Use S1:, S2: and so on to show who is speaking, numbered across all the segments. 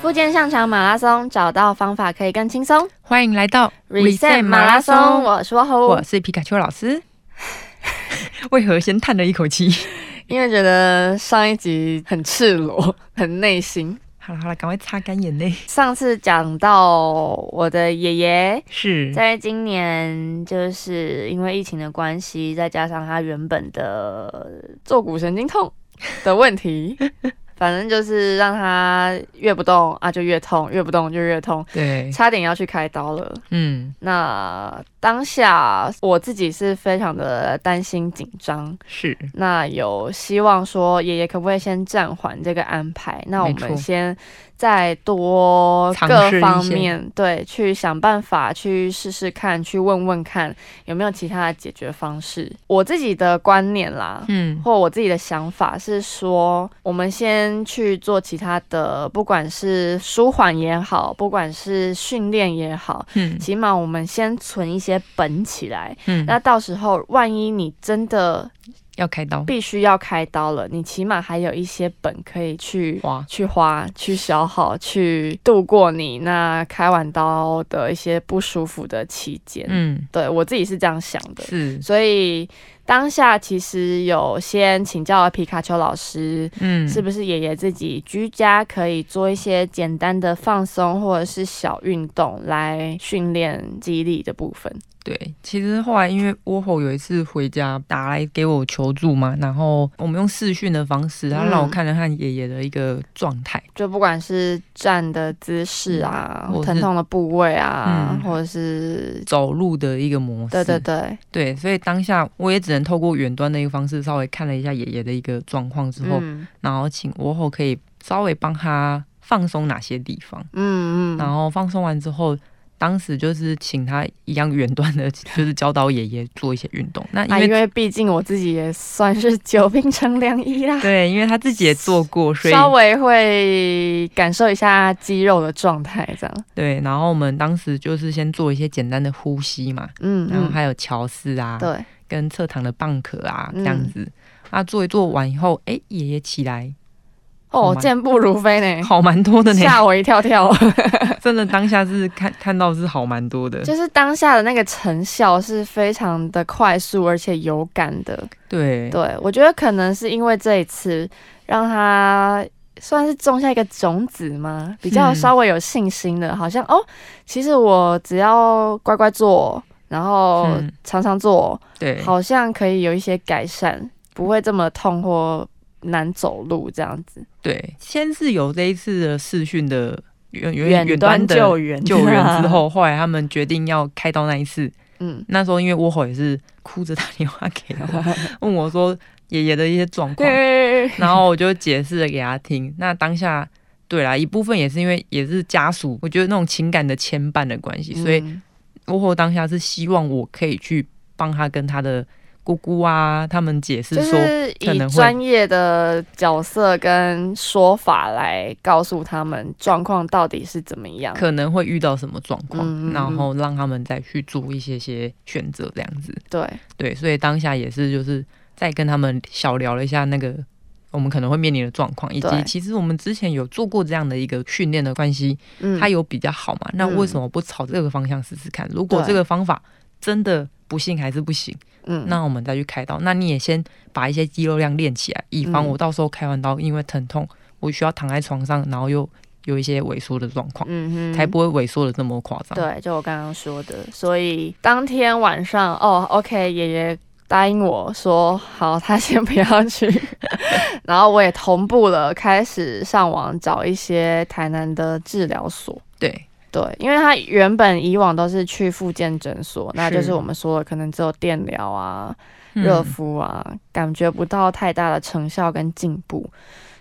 S1: 复健上场马拉松，找到方法可以更轻松。
S2: 欢迎来到
S1: Reset 马拉松，我是
S2: 我
S1: 吼，
S2: 是皮卡丘老师。 为何先叹了一口气？
S1: 因为觉得上一集很赤裸，很内心。
S2: 好了好了，赶快擦干眼泪。
S1: 上次讲到我的爷爷，
S2: 是
S1: 在今年就是因为疫情的关系，再加上他原本的坐骨神经痛的问 题，反正就是让他越不动啊就越痛，越不动就越痛，
S2: 对，
S1: 差点要去开刀了。
S2: 嗯，
S1: 那当下我自己是非常的担心紧张，
S2: 是
S1: 那有希望说爷爷可不可以先暂缓这个安排？那我
S2: 没
S1: 们
S2: 错
S1: 先再多
S2: 尝
S1: 各
S2: 试一
S1: 方
S2: 些
S1: 面对去想办法去试试看，去问问看有没有其他的解决方式。我自己的观念啦，
S2: 嗯，
S1: 或我自己的想法是说，我们先去做其他的，不管是舒缓也好，不管是训练也好，
S2: 嗯
S1: 起码我们先存一些本起来。
S2: 嗯，
S1: 那到时候万一你真的
S2: 要开刀
S1: 必须要开刀了，你起码还有一些本可以去。
S2: 哇，
S1: 去花、去消耗、去度过你那开完刀的一些不舒服的期间。
S2: 嗯，
S1: 对我自己是这样想的。
S2: 是，
S1: 所以当下其实有先请教了皮卡丘老师，
S2: 嗯，
S1: 是不是爷爷自己居家可以做一些简单的放松或者是小运动来训练肌力的部分？
S2: 对，其实后来因为窝吼有一次回家打来给我求助嘛，然后我们用视讯的方式，然后让我
S1: 嗯
S2: 看了看爷爷的一个状态，
S1: 就不管是站的姿势啊
S2: 嗯或，是
S1: 疼痛的部位啊，
S2: 嗯
S1: 或者是
S2: 走路的一个模式，
S1: 对对对，
S2: 对，所以当下我也只能透过远端的一个方式稍微看了一下爷爷的一个状况之后，
S1: 嗯
S2: 然后请我后可以稍微帮他放松哪些地方，
S1: 嗯
S2: 然
S1: 嗯，
S2: 后放松完之后。当时就是请他一样远端的， 就是教导爷爷做一些运动。那因
S1: 啊，
S2: 为
S1: 因为毕竟我自己也算是久病成良医啦。
S2: 对，因为他自己也做过， 所以
S1: 稍微会感受一下肌肉的状态，这样，
S2: 对。然后我们当时就是先做一些简单的呼吸嘛，
S1: 嗯，
S2: 然后
S1: 嗯
S2: 还有桥式啊，
S1: 对，
S2: 跟侧躺的蚌壳啊这样
S1: 嗯
S2: 子。那做一做完以后，哎，爷爷起来好
S1: 哦，
S2: 吗
S1: 健步如飞呢，
S2: 好蛮多的呢，
S1: 吓我一跳跳。
S2: 真的当下是看看到是好蛮多的，
S1: 就是当下的那个成效是非常的快速而且有感的。
S2: 对
S1: 对，我觉得可能是因为这一次让他算是种下一个种子嘛，比较
S2: 嗯
S1: 稍微有信心的，好像哦，其实我只要乖乖做，然后
S2: 嗯
S1: 常常做，
S2: 对，
S1: 好像可以有一些改善，不会这么痛或难走路这样子。
S2: 对，先是有这一次的视讯的远远
S1: 远端
S2: 远端的
S1: 救援，
S2: 救援啊之，后，后 来他们决定要开刀那一次，
S1: 嗯，
S2: 那时候因为窝火也是哭着打电话给 我，问我说爷爷的一些状况，
S1: 对，
S2: 然后我就解释了给他听。那当下对啦，一部分也是因为也是家属，我觉得那种情感的牵绊的关系，所以
S1: 嗯
S2: 窝火当下是希望我可以去帮他跟他的姑姑啊他们解释
S1: 就
S2: 说。
S1: 是
S2: 可
S1: 以
S2: 能会
S1: 专业的角色跟说法来告诉他们状况到底是怎么样。
S2: 可能会遇到什么状况，
S1: 嗯嗯嗯
S2: 然后让他们再去做一些些选择，这样子。
S1: 对，
S2: 对，所以当下也是就是再跟他们小聊了一下那个我们可能会面临的状况，以及
S1: 对
S2: 其实我们之前有做过这样的一个训练的关系，
S1: 嗯，
S2: 它有比较好嘛？那
S1: 嗯
S2: 为什么不朝这个方向试试看？如果
S1: 对
S2: 这个方法真的不幸还是不行，
S1: 嗯
S2: 那我们再去开刀。那你也先把一些肌肉量练起来，以防
S1: 嗯
S2: 我到时候开完刀因为疼痛，我需要躺在床上，然后又有一些萎缩的状况。
S1: 嗯哼，
S2: 才不会萎缩的这么夸张。，
S1: 对，就我刚刚说的，所以当天晚上，哦，OK，爷爷答应我说好，他先 不要去，然后我也同步了，开始上网找一些台南的治疗所。
S2: 对
S1: 对，因为他原本以往都是去复健诊所，那就是
S2: 是
S1: 我们说的可能只有电疗啊，热
S2: 敷，
S1: 敷啊，感觉不到太大的成效跟进步，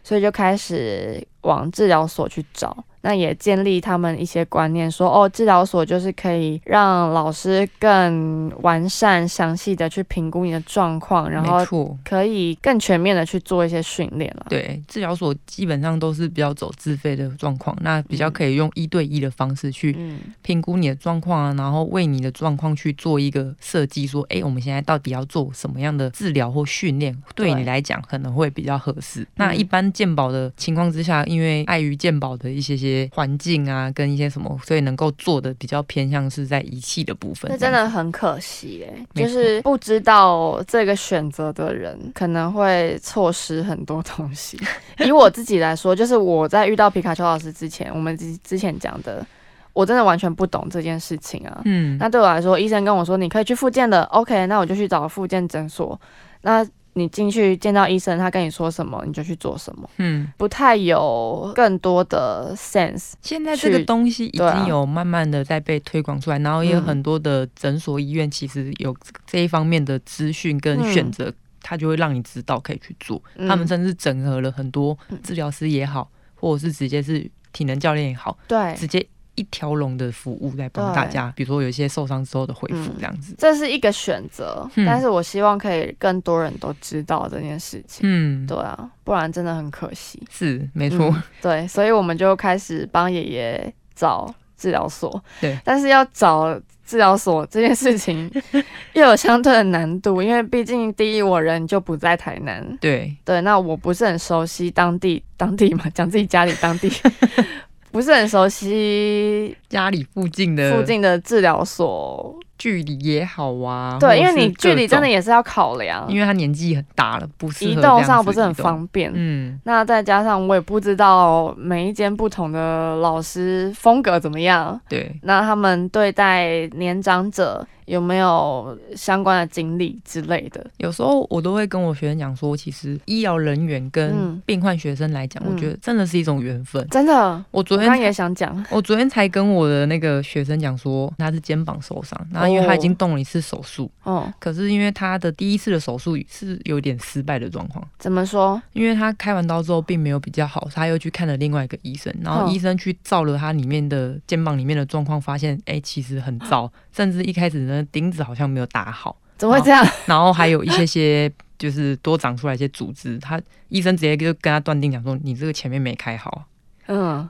S1: 所以就开始往治疗所去找。那也建立他们一些观念说，哦，治疗所就是可以让老师更完善、详细的去评估你的状况，然
S2: 没
S1: 后
S2: 错。
S1: 可以更全面的去做一些训练了。
S2: 对，治疗所基本上都是比较走自费的状况，那比较
S1: 嗯
S2: 可以用一对一的方式去
S1: 嗯，
S2: 评估你的状况啊，然后为你的状况去做一个设计，说，哎，我们现在到底要做什么样的治疗或训练，对
S1: 对嗯
S2: 你来讲可能会比较合适。那一般健保的情况之下，因为碍于健保的一些些些环境啊，跟一些什么，所以能够做的比较偏向是在仪器的部分。
S1: 那真的很可惜哎、
S2: 没
S1: 就
S2: 错
S1: 是不知道这个选择的人可能会错失很多东西。 以我自己来说，就是我在遇到皮卡丘老师之前，我们之之前讲的，我真的完全不懂这件事情啊。
S2: 嗯，
S1: 那对我来说，医生跟我说你可以去复健的，OK，那我就去找复健诊所。那你进去见到医生，他跟你说什么，你就去做什么，
S2: 嗯，
S1: 不太有更多的 sense。
S2: 现在这个
S1: 去
S2: 东西已
S1: 对啊
S2: 经有慢慢的在被推广出来，然后也有
S1: 嗯
S2: 很多的诊所、医院其实有这这一方面的资讯跟
S1: 嗯
S2: 选择，它就会让你知道可以去做。
S1: 嗯
S2: 他们甚至整合了很多
S1: 嗯
S2: 治疗师也好，或者是直接是体能教练也好，
S1: 对，
S2: 直接一条龙的服务来帮
S1: 对
S2: 大家，比如说有一些受伤之后的恢复
S1: 嗯
S2: 这样子。
S1: 这是一个选择，
S2: 嗯
S1: 但是我希望可以更多人都知道这件事情。
S2: 嗯，
S1: 对啊，不然真的很可惜。
S2: 是没错，
S1: 嗯对，所以我们就开始帮爷爷找治疗所。
S2: 对，
S1: 但是要找治疗所这件事情 又有相对的难度，因为毕竟第一我人就不在台南，
S2: 对，
S1: 对，那我不是很熟悉当地当地嘛， 讲自己家里当地。 不是很熟悉
S2: 家里附近的
S1: 附近的治疗所，
S2: 距离也好啊，
S1: 对，因
S2: 或
S1: 为
S2: 者是
S1: 你距离真
S2: 各种
S1: 的也是要考量，
S2: 因为他年纪很大了，不适合
S1: 移
S2: 这样
S1: 动
S2: 子
S1: 上不是很
S2: 移动
S1: 方便。
S2: 嗯，
S1: 那再加上我也不知道每一间不同的老师风格怎么样，
S2: 对，
S1: 那他们对待年长者有没有相关的经历之类的？
S2: 有时候我都会跟我学生讲说，其实医疗人员跟
S1: 嗯
S2: 病患学生来讲，
S1: 嗯
S2: 我觉得真的是一种缘分。
S1: 真的，
S2: 我昨
S1: 我
S2: 天
S1: 刚
S2: 才
S1: 也想讲，
S2: 我昨天才跟我的那个学生讲说，他是肩膀受伤，然后因为他已经动了一次手术，
S1: 哦，
S2: 可是因为他的第一次的手术是有点失败的状况，
S1: 怎么说？
S2: 因为他开完刀之后并没有比较好，他又去看了另外一个医生，然后
S1: 嗯
S2: 医生去照了他里面的肩膀里面的状况，发现哎、其实很糟，甚至一开始呢钉子好像没有打好，
S1: 怎么会这 样？
S2: 然后还有一些些就是多长出来一些组织，他医生直接就跟他断定讲说你这个前面没开好，
S1: 嗯，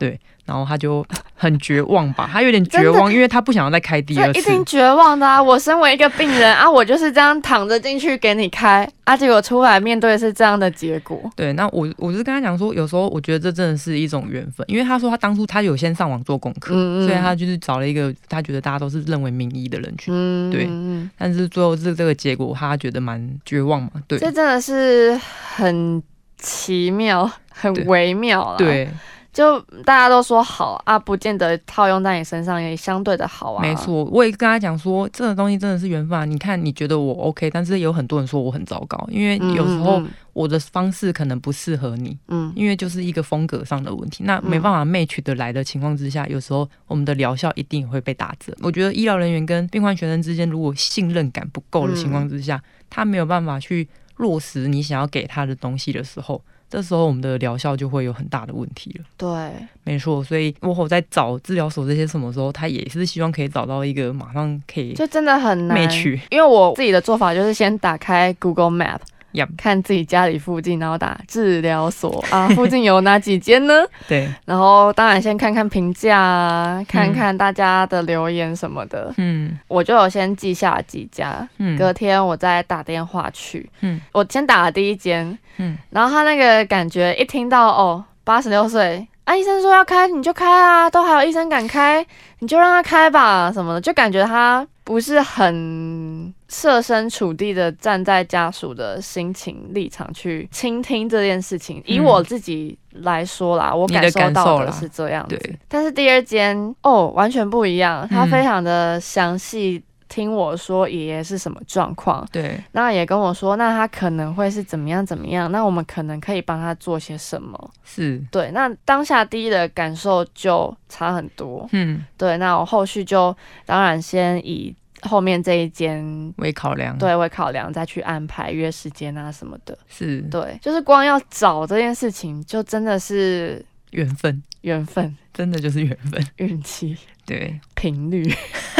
S2: 然后他就很绝望吧，他有点绝望，因为他不想要再开第
S1: 这
S2: 二
S1: 一
S2: 次，
S1: 定绝望的啊！我身为一个病人啊，我就是这样躺着进去给你开啊，结果出来面对是这样的结果。
S2: 对，那我我是跟他讲说，有时候我觉得这真的是一种缘分，因为他说他当初他有先上网做功课，
S1: 嗯
S2: 所以他就是找了一个他觉得大家都是认为名医的人去，
S1: 嗯
S2: 对
S1: 嗯嗯
S2: 但是最后这这个结果他觉得蛮绝望嘛，对
S1: 这真的是很奇 妙、很
S2: 对
S1: 微妙啦。，
S2: 对，
S1: 就大家都说好啊，不见得套用在你身上也相对的好啊。
S2: 没，错，我也跟他讲说，这个东西真的是缘分啊，你看你觉得我 OK，但是有很多人说我很糟糕，因为有时候
S1: 嗯
S2: 我的方式可能不适合你，
S1: 嗯嗯
S2: 因为就是一个风格上的问题，那没办法 match 的来的情况之下，有时候我们的疗效一定会被打折。我觉得医疗人员跟病患学生之间，如果信任感不够的情况之下，
S1: 嗯
S2: 他没有办法去落实你想要给他的东西的时候，这时候我们的疗效就会有很大的问题了。
S1: 对，
S2: 没错，所以我我在找治疗所这些什么时候，他也是希望可以找到一个马上可以
S1: 就真的很难。
S2: match。
S1: 因为我自己的做法就是先打开 Google Map，
S2: Yup
S1: 看自己家里附近，然后打治疗所 啊，附近有哪几间呢？
S2: 对，
S1: 然后当然先看看评价啊，看看大家的留言什么的，
S2: 嗯
S1: 我就有先记下几家，
S2: 嗯，
S1: 隔天我再打电话去，
S2: 嗯
S1: 我先打了第一间，
S2: 嗯
S1: 然后他那个感觉一听到哦，八十六岁啊，医生说要开你就开啊，都还有医生敢开，你就让他开吧什么的，就感觉他不是很设身处地的站在家属的心情立场去倾听这件事情。以
S2: 嗯
S1: 我自己来说啦，我
S2: 你的
S1: 感受
S2: 感
S1: 到
S2: 受
S1: 的
S2: 啦
S1: 是这样子，
S2: 对，
S1: 但是第二间哦，完全不一样，他
S2: 嗯
S1: 非常的详细听我说爷爷是什么状况，
S2: 对，
S1: 那也跟我说，那他可能会是怎么样怎么样，那我们可能可以帮他做些什么。
S2: 是，
S1: 对，那当下第一的感受就差很多。
S2: 嗯，
S1: 对，那我后续就当然先以后面这一间
S2: 为考量，，
S1: 对为考量，再去安排约时间啊什么的。
S2: 是
S1: 对，就是光要找这件事情，就真的是
S2: 缘分，
S1: 缘分、
S2: 真的就是缘分，
S1: 运气。
S2: 对。
S1: 频率，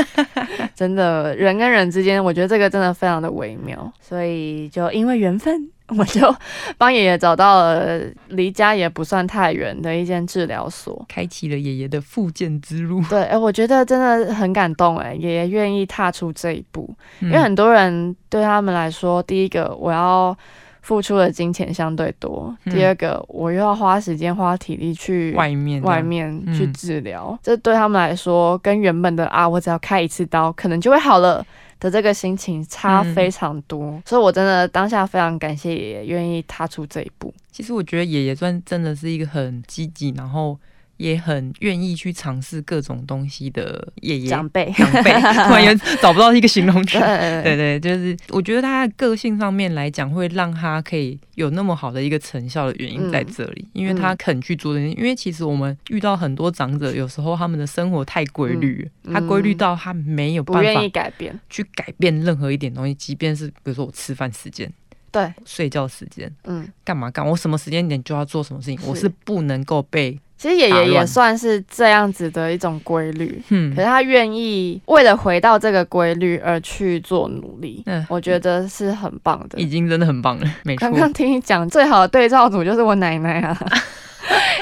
S1: 真的人跟人之间，我觉得这个真的非常的微妙，所以就因为缘分，我就帮爷爷找到了离家也不算太远的一间治疗所。
S2: 开启了爷爷的复健之路，
S1: 对，哎、我觉得真的很感动，哎，爷爷愿意踏出这一步，
S2: 因
S1: 因为很多人对他们来说，第一个我要付出的金钱相对多，第二个我又要花时间花体力去
S2: 外面这样
S1: 外面
S2: 嗯
S1: 去治疗，这对他们来说跟原本的啊，我只要开一次刀可能就会好了的这个心情差
S2: 嗯
S1: 非常多，所以我真的当下非常感谢爷爷愿意踏出这一步。
S2: 其实我觉得爷爷算真的是一个很积极，然后也很愿意去尝试各种东西的爷爷
S1: 长 辈，
S2: 长辈，突然间找不到一个形容词。对
S1: 对
S2: 对，就是我觉得他的个性上面来讲，会让他可以有那么好的一个成效的原因
S1: 嗯
S2: 在这里，因为他肯去做这件事。因为其实我们遇到很多长者，有时候他们的生活太规律，
S1: 嗯
S2: 他规律到他没有
S1: 不
S2: 办
S1: 愿意
S2: 法
S1: 改变，
S2: 去改变任何一点东西，即便是比如说我吃饭时间、
S1: 对，
S2: 睡觉时间，
S1: 嗯。
S2: 干嘛干，我什么时间点就要做什么事情，
S1: 是
S2: 我是不能够被
S1: 其实爷
S2: 打
S1: 爷也
S2: 乱
S1: 算是这样子的一种规律，
S2: 哼
S1: 可是他愿意为了回到这个规律而去做努力，
S2: 嗯
S1: 我觉得是很棒的
S2: 已。经真的很棒了，没
S1: 刚。
S2: 错
S1: 刚听你讲，最好的对照组就是我奶奶 啊，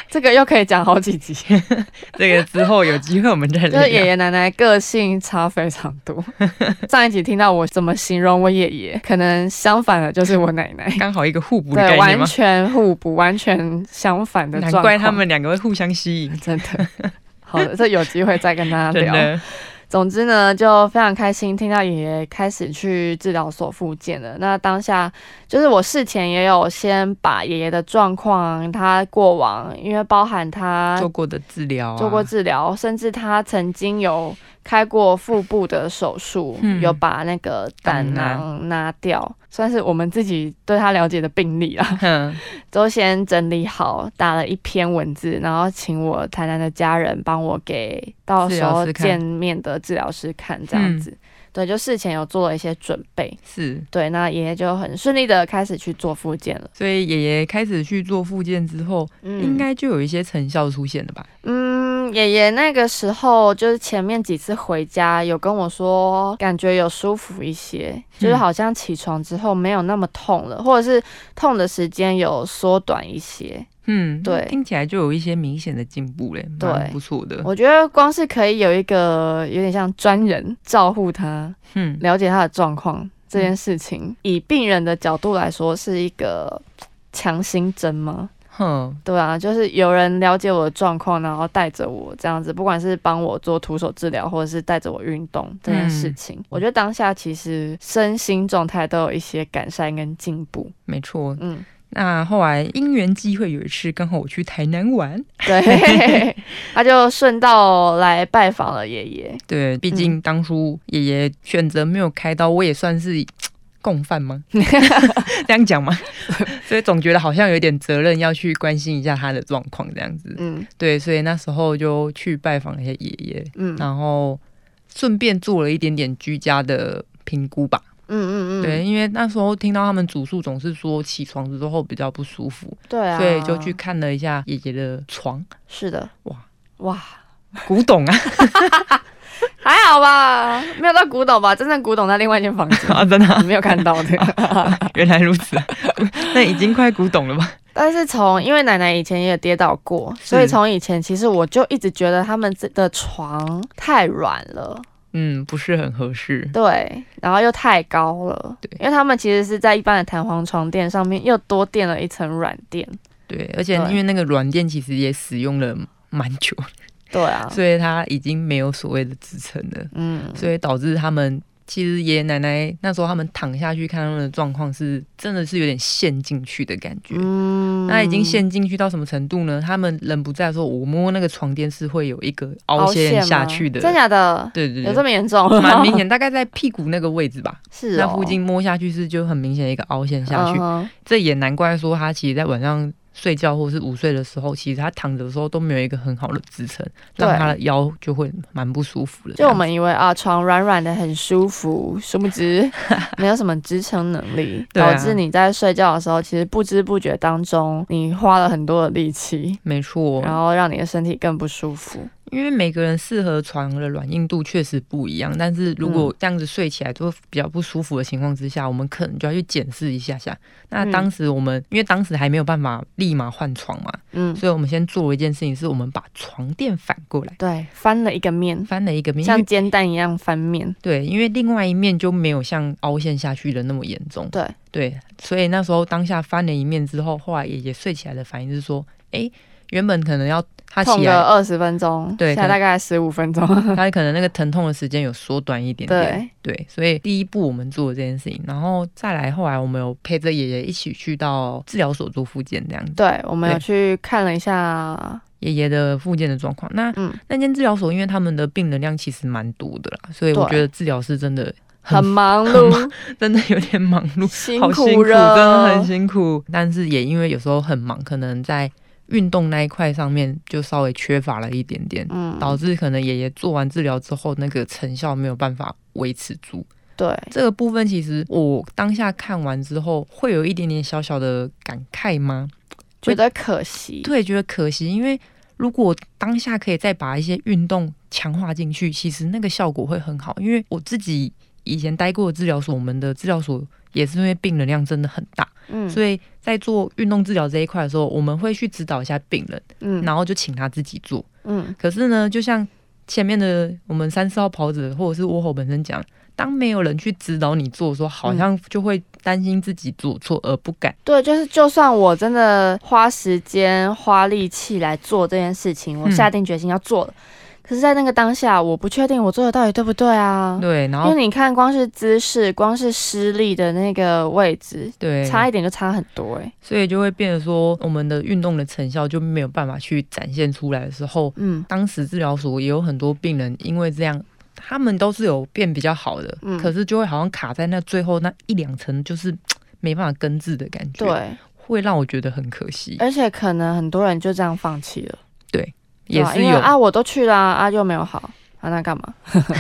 S1: 这个又可以讲好几集。
S2: 这个之后有机会我们再
S1: 就
S2: 聊，
S1: 是爷爷奶奶个性差非常多。上一集听到我怎么形容我爷爷，可能相反的就是我奶奶
S2: 刚好一个互补的概
S1: 对，
S2: 念
S1: 完
S2: 吗？
S1: 全互补，完全相反的
S2: 难
S1: 状况。
S2: 怪他们两个会互相吸引，
S1: 真的。好的，这有机会再跟大家
S2: 真
S1: 聊。
S2: 的。
S1: 总之呢，就非常开心听到爷爷开始去治疗所复健了。那当下就是我事前也有先把爷爷的状况、他过往，因为包含他
S2: 做过的治疗、啊，
S1: 做过治疗，甚至他曾经有开过腹部的手术，
S2: 嗯
S1: 有把那个胆
S2: 胆囊
S1: 囊拿掉，算是我们自己对他了解的病例啦。
S2: 哼
S1: 都先整理好，打了一篇文字，然后请我台南的家人帮我给到时候
S2: 治疗师看
S1: 见面的治疗师看，这样子。对，就事前有做了一些准备。
S2: 是，
S1: 对，那爷爷就很顺利的开始去做复健了。
S2: 所以爷爷开始去做复健之后，
S1: 嗯
S2: 应该就有一些成效出现了吧？
S1: 嗯，爷爷那个时候就是前面几次回家有跟我说，感觉有舒服一些，就是
S2: 嗯
S1: 好像起床之后没有那么痛了，或者是痛的时间有缩短一些。
S2: 嗯，
S1: 对
S2: 听起来就有一些明显的进步嘞，
S1: 对
S2: 蛮不错的。
S1: 我觉得光是可以有一个有点像专人照顾他，
S2: 嗯，
S1: 了解他的状况这件事情，以病人的角度来说，是一个强心针吗？
S2: 哼，
S1: 对啊，就是有人了解我的状况，然后带着我这样子，不管是帮我做徒手治疗，或者是带着我运动这件事情，
S2: 嗯
S1: 我觉得当下其实身心状态都有一些改善跟进步。
S2: 没错。
S1: 嗯，
S2: 那后来因缘机会有一次，刚好我去台南玩，
S1: 对，他就顺道来拜访了爷爷。
S2: 对，毕
S1: 嗯
S2: 竟当初爷爷选择没有开刀，我也算是共 犯吗？这样讲吗？所以总觉得好像有点责任要去关心一下他的状况，这样子。
S1: 嗯
S2: 对，所以那时候就去拜访了一下爷爷，
S1: 嗯嗯
S2: 然后顺便做了一点点居家的评估吧。
S1: 嗯嗯，
S2: 对，因为那时候听到他们主诉总是说起床之后比较不舒服，
S1: 对啊，
S2: 所以就去看了一下爷爷的床，
S1: 是的，
S2: 哇
S1: 哇，
S2: 古董啊，，
S1: 还好吧，没有到古董吧？真正古董在另外一间房间
S2: 啊真的啊、
S1: 你没有看到的。
S2: 原来如此，啊那已经快古董了吧？
S1: 但是从因为奶奶以前也跌倒过，所以从以前其实我就一直觉得他们这的床太软了，
S2: 嗯，不是很合适。
S1: 对，然后又太高了，
S2: 对
S1: 因为他们其实是在一般的弹簧床垫上面又多垫了一层软垫，
S2: 对，而且
S1: 对
S2: 因为那个软垫其实也使用了蛮久，
S1: 对啊，
S2: 所以它已经没有所谓的支撑了。
S1: 嗯，
S2: 所以导致他们其实爷爷奶奶那时候他们躺下去看他们的状况是真的是有点陷进去的感觉。
S1: 嗯
S2: 那已经陷进去到什么程度呢？他们人不在的时候，我摸那个床垫是会有一个凹陷
S1: 吗
S2: 下去的，
S1: 真假的？
S2: 对对
S1: 有这
S2: 对，
S1: 么严重？
S2: 蛮明显，大概在屁股那个位置吧。
S1: 是
S2: 那
S1: 哦，
S2: 附近摸下去是就很明显的一个凹陷下去，
S1: 嗯哼
S2: 这也难怪说他其实在晚上睡觉或是午睡的时候，其实他躺着的时候都没有一个很好的支撑，
S1: 对
S2: 让他的腰就会蛮不舒服的这
S1: 就
S2: 样子。
S1: 我们以为啊，床软软的很舒 服，殊不知没有什么支撑能力，
S2: 对啊
S1: 导致你在睡觉的时候，其实不知不觉当中，你花了很多的力气，
S2: 没错，
S1: 然后让你的身体更不舒服。
S2: 因为每个人适合床的软硬度确实不一样，但是如果这样子睡起来就比较不舒服的情况之下，我们可能就要去检视一下下。那当时我们、因为当时还没有办法立马换床嘛，
S1: 嗯，
S2: 所以我们先做了一件事情，是我们把床垫反过来
S1: 对，翻了一个面，
S2: 翻了一个面，因
S1: 像
S2: 为
S1: 煎蛋一样翻面，
S2: 对，因为另外一面就没有像凹陷下去的那么严重。
S1: 对
S2: 对，所以那时候当下翻了一面之后，后来也也睡起来的反应是说，诶，原本可能要他
S1: 痛
S2: 啊起
S1: 个
S2: 来，
S1: 二十分钟，
S2: 对
S1: 现在
S2: 可能
S1: 大概十五分钟，
S2: 他可能那个疼痛的时间有缩短一点点。
S1: 对，
S2: 对所以第一步我们做了这件事情，然后再来后来我们有陪着爷爷一起去到治疗所做复健这样子，
S1: 对，我们有
S2: 对
S1: 去看了一下，
S2: 爷爷的复健的状况。那
S1: 嗯，
S2: 那间治疗所因为他们的病人量其实蛮多的啦，所以我
S1: 对
S2: 觉得治疗师真的
S1: 很
S2: 很
S1: 忙碌，
S2: 真的有点忙碌。
S1: 辛
S2: 好辛
S1: 苦
S2: 苦，真的很
S1: 了，
S2: 辛苦。但是也因为有时候很忙，可能在运动那一块上面就稍微缺乏了一点点，
S1: 嗯，
S2: 导致可能爷爷做完治疗之后，那个成效没有办法维持住。
S1: 对，
S2: 这个部分其实我当下看完之后，会有一点点小小的感慨吗？
S1: 觉得可惜，
S2: 对，觉得可惜，因为如果当下可以再把一些运动强化进去，其实那个效果会很好。因为我自己以前待过的治疗所，我们的治疗所也是因为病人量真的很大。
S1: 嗯，
S2: 所以在做运动治疗这一块的时候，我们会去指导一下病人，
S1: 嗯
S2: 然后就请他自己做。
S1: 嗯，
S2: 可是呢，就像前面的我们三四号跑者或者是窝吼本身讲，当没有人去指导你做的时候，好像就会担心自己做错而不敢。
S1: 对，就是就算我真的花时间花力气来做这件事情，我
S2: 嗯
S1: 下定决心要做了，可是，在那个当下，我不确定我做的到底对不对啊。
S2: 对，然
S1: 因
S2: 后
S1: 为你看，光是姿势，光是施力的那个位置，
S2: 对，
S1: 差一点就差很多哎、欸
S2: 所以就会变得说，我们的运动的成效就没有办法去展现出来的时候，
S1: 嗯，
S2: 当时治疗所也有很多病人因为这样，他们都是有变比较好的，
S1: 嗯
S2: 可是就会好像卡在那最后那一两层，就是没办法根治的感觉，，
S1: 对，哎
S2: 会让我觉得很可惜，
S1: 而且可能很多人就这样放弃了，
S2: 也
S1: 对吧
S2: 是
S1: 因为
S2: 有。
S1: 啊，我都去啦，啊又没有好，啊那干嘛？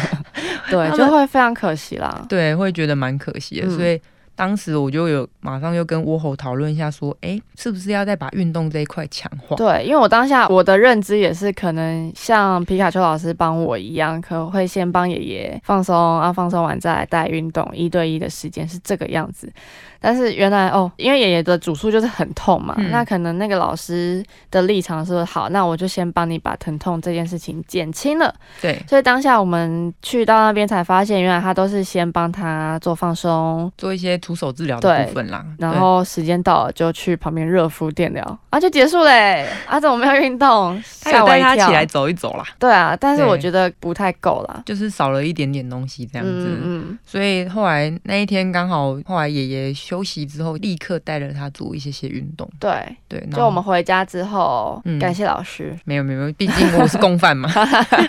S1: 对，
S2: 他们
S1: 就会非常可惜啦。
S2: 对，会觉得蛮可惜的，
S1: 嗯
S2: 所以。当时我就有马上又跟窝猴讨论一下，说，哎、是不是要再把运动这一块强化？
S1: 对，因为我当下我的认知也是，可能像皮卡丘老师帮我一样，可能会先帮爷爷放松啊，放松完再来带运动，一对一的时间是这个样子。但是原来哦，因为爷爷的主诉就是很痛嘛，
S2: 嗯
S1: 那可能那个老师的立场是好，那我就先帮你把疼痛这件事情减轻了。
S2: 对，
S1: 所以当下我们去到那边才发现，原来他都是先帮他做放松，
S2: 做一些徒手治疗的
S1: 对
S2: 部分啦。
S1: 然
S2: 对
S1: 后时间到了就去旁边热敷电疗啊，就结束嘞、啊，怎么没有运动？
S2: 他
S1: 吓
S2: 有
S1: 我
S2: 带
S1: 一
S2: 他
S1: 跳。
S2: 起来走一走啦，
S1: 对啊，但是
S2: 对
S1: 我觉得不太够啦。
S2: 就是少了一点点东西这样子。
S1: 嗯
S2: 所以后来那一天刚好，后来爷爷休息之后，立刻带着他做一些些运动。
S1: 对，
S2: 对，然后
S1: 就我们回家之后，
S2: 嗯
S1: 感谢老师。
S2: 没有没有没有，毕竟我是共犯 嘛，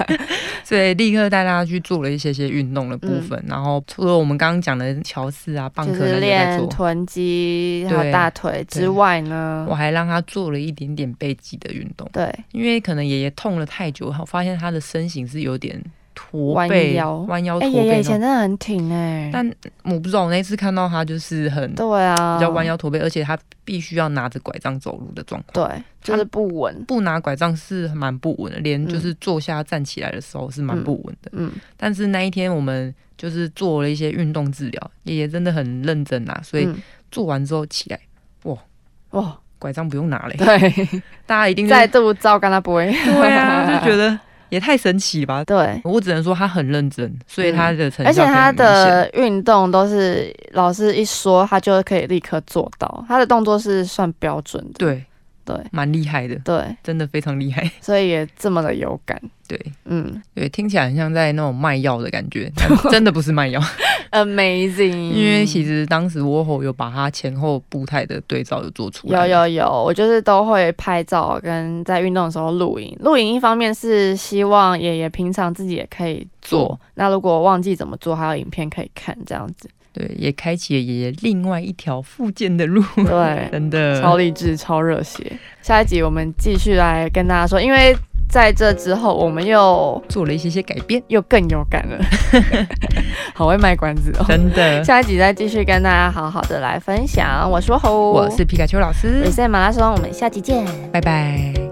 S2: 所以立刻带他去做了一些些运动的部分。然后除了我们刚刚讲的乔四啊、棒
S1: 嗯就
S2: 克那
S1: 是
S2: 些在
S1: 练
S2: 做，
S1: 臀肌还有
S2: 对
S1: 大腿之外呢
S2: 我，还让他做了一点点背肌的运动，
S1: 对
S2: 因为可能爷爷痛了太久，我发现他的身形是有点驼
S1: 弯
S2: 背、
S1: 腰
S2: 弯腰
S1: 哎，
S2: 驼
S1: 爷爷
S2: 背
S1: 以
S2: 那种
S1: 前真的很挺哎、
S2: 但我不知道，我那次看到他就是很比
S1: 对啊，
S2: 较弯腰驼背，而且他必须要拿着拐杖走路的状况。
S1: 对，就是不稳。
S2: 不拿拐杖是蛮不稳的，连就是坐下站起来的时候是蛮不稳的。
S1: 嗯，
S2: 但是那一天我们就是做了一些运动治疗，爷爷真的很认真啊，所以
S1: 嗯
S2: 做完之后起来，
S1: 哇，
S2: 拐杖不用拿 嘞，
S1: 对，
S2: 大家一 定
S1: 再
S2: 在
S1: 度照干他不会。
S2: 对 啊，就觉得也太神奇了吧。
S1: 对，
S2: 我只能说他很认真，所以他的成效
S1: 而且他
S2: 可以很明显
S1: 的运动都是老师一说，他就可以立刻做到，他的动作是算标准的。
S2: 对
S1: 对
S2: 蛮厉害的，
S1: 对，
S2: 真的非常厉害。
S1: 所以也这么的有感。
S2: 对
S1: 嗯
S2: 对，听起来很像在那种卖药的感觉，但真的不是卖药。
S1: ，amazing。
S2: 因为其实当时窝吼有把他前后步态的对照有做出来，
S1: 有有有，我就是都会拍照，跟在运动的时候录影。录影一方面是希望爷爷平常自己也可以
S2: 做，
S1: 那如果忘记怎么做，还有影片可以看，这样子。
S2: 对，也开启了爷爷另外一条复健的路，
S1: 对
S2: 真的
S1: 超励志，超热血。下一集我们继续来跟大家说，因为在这之后我们又
S2: 做了一些些改变，
S1: 又更有感了， 好会卖关子 哦。
S2: 真的。
S1: 下一集再继续跟大家好好的来分享。我说吼，
S2: 我是皮卡丘老师
S1: 我，是马拉松，我们下集见。
S2: 拜拜。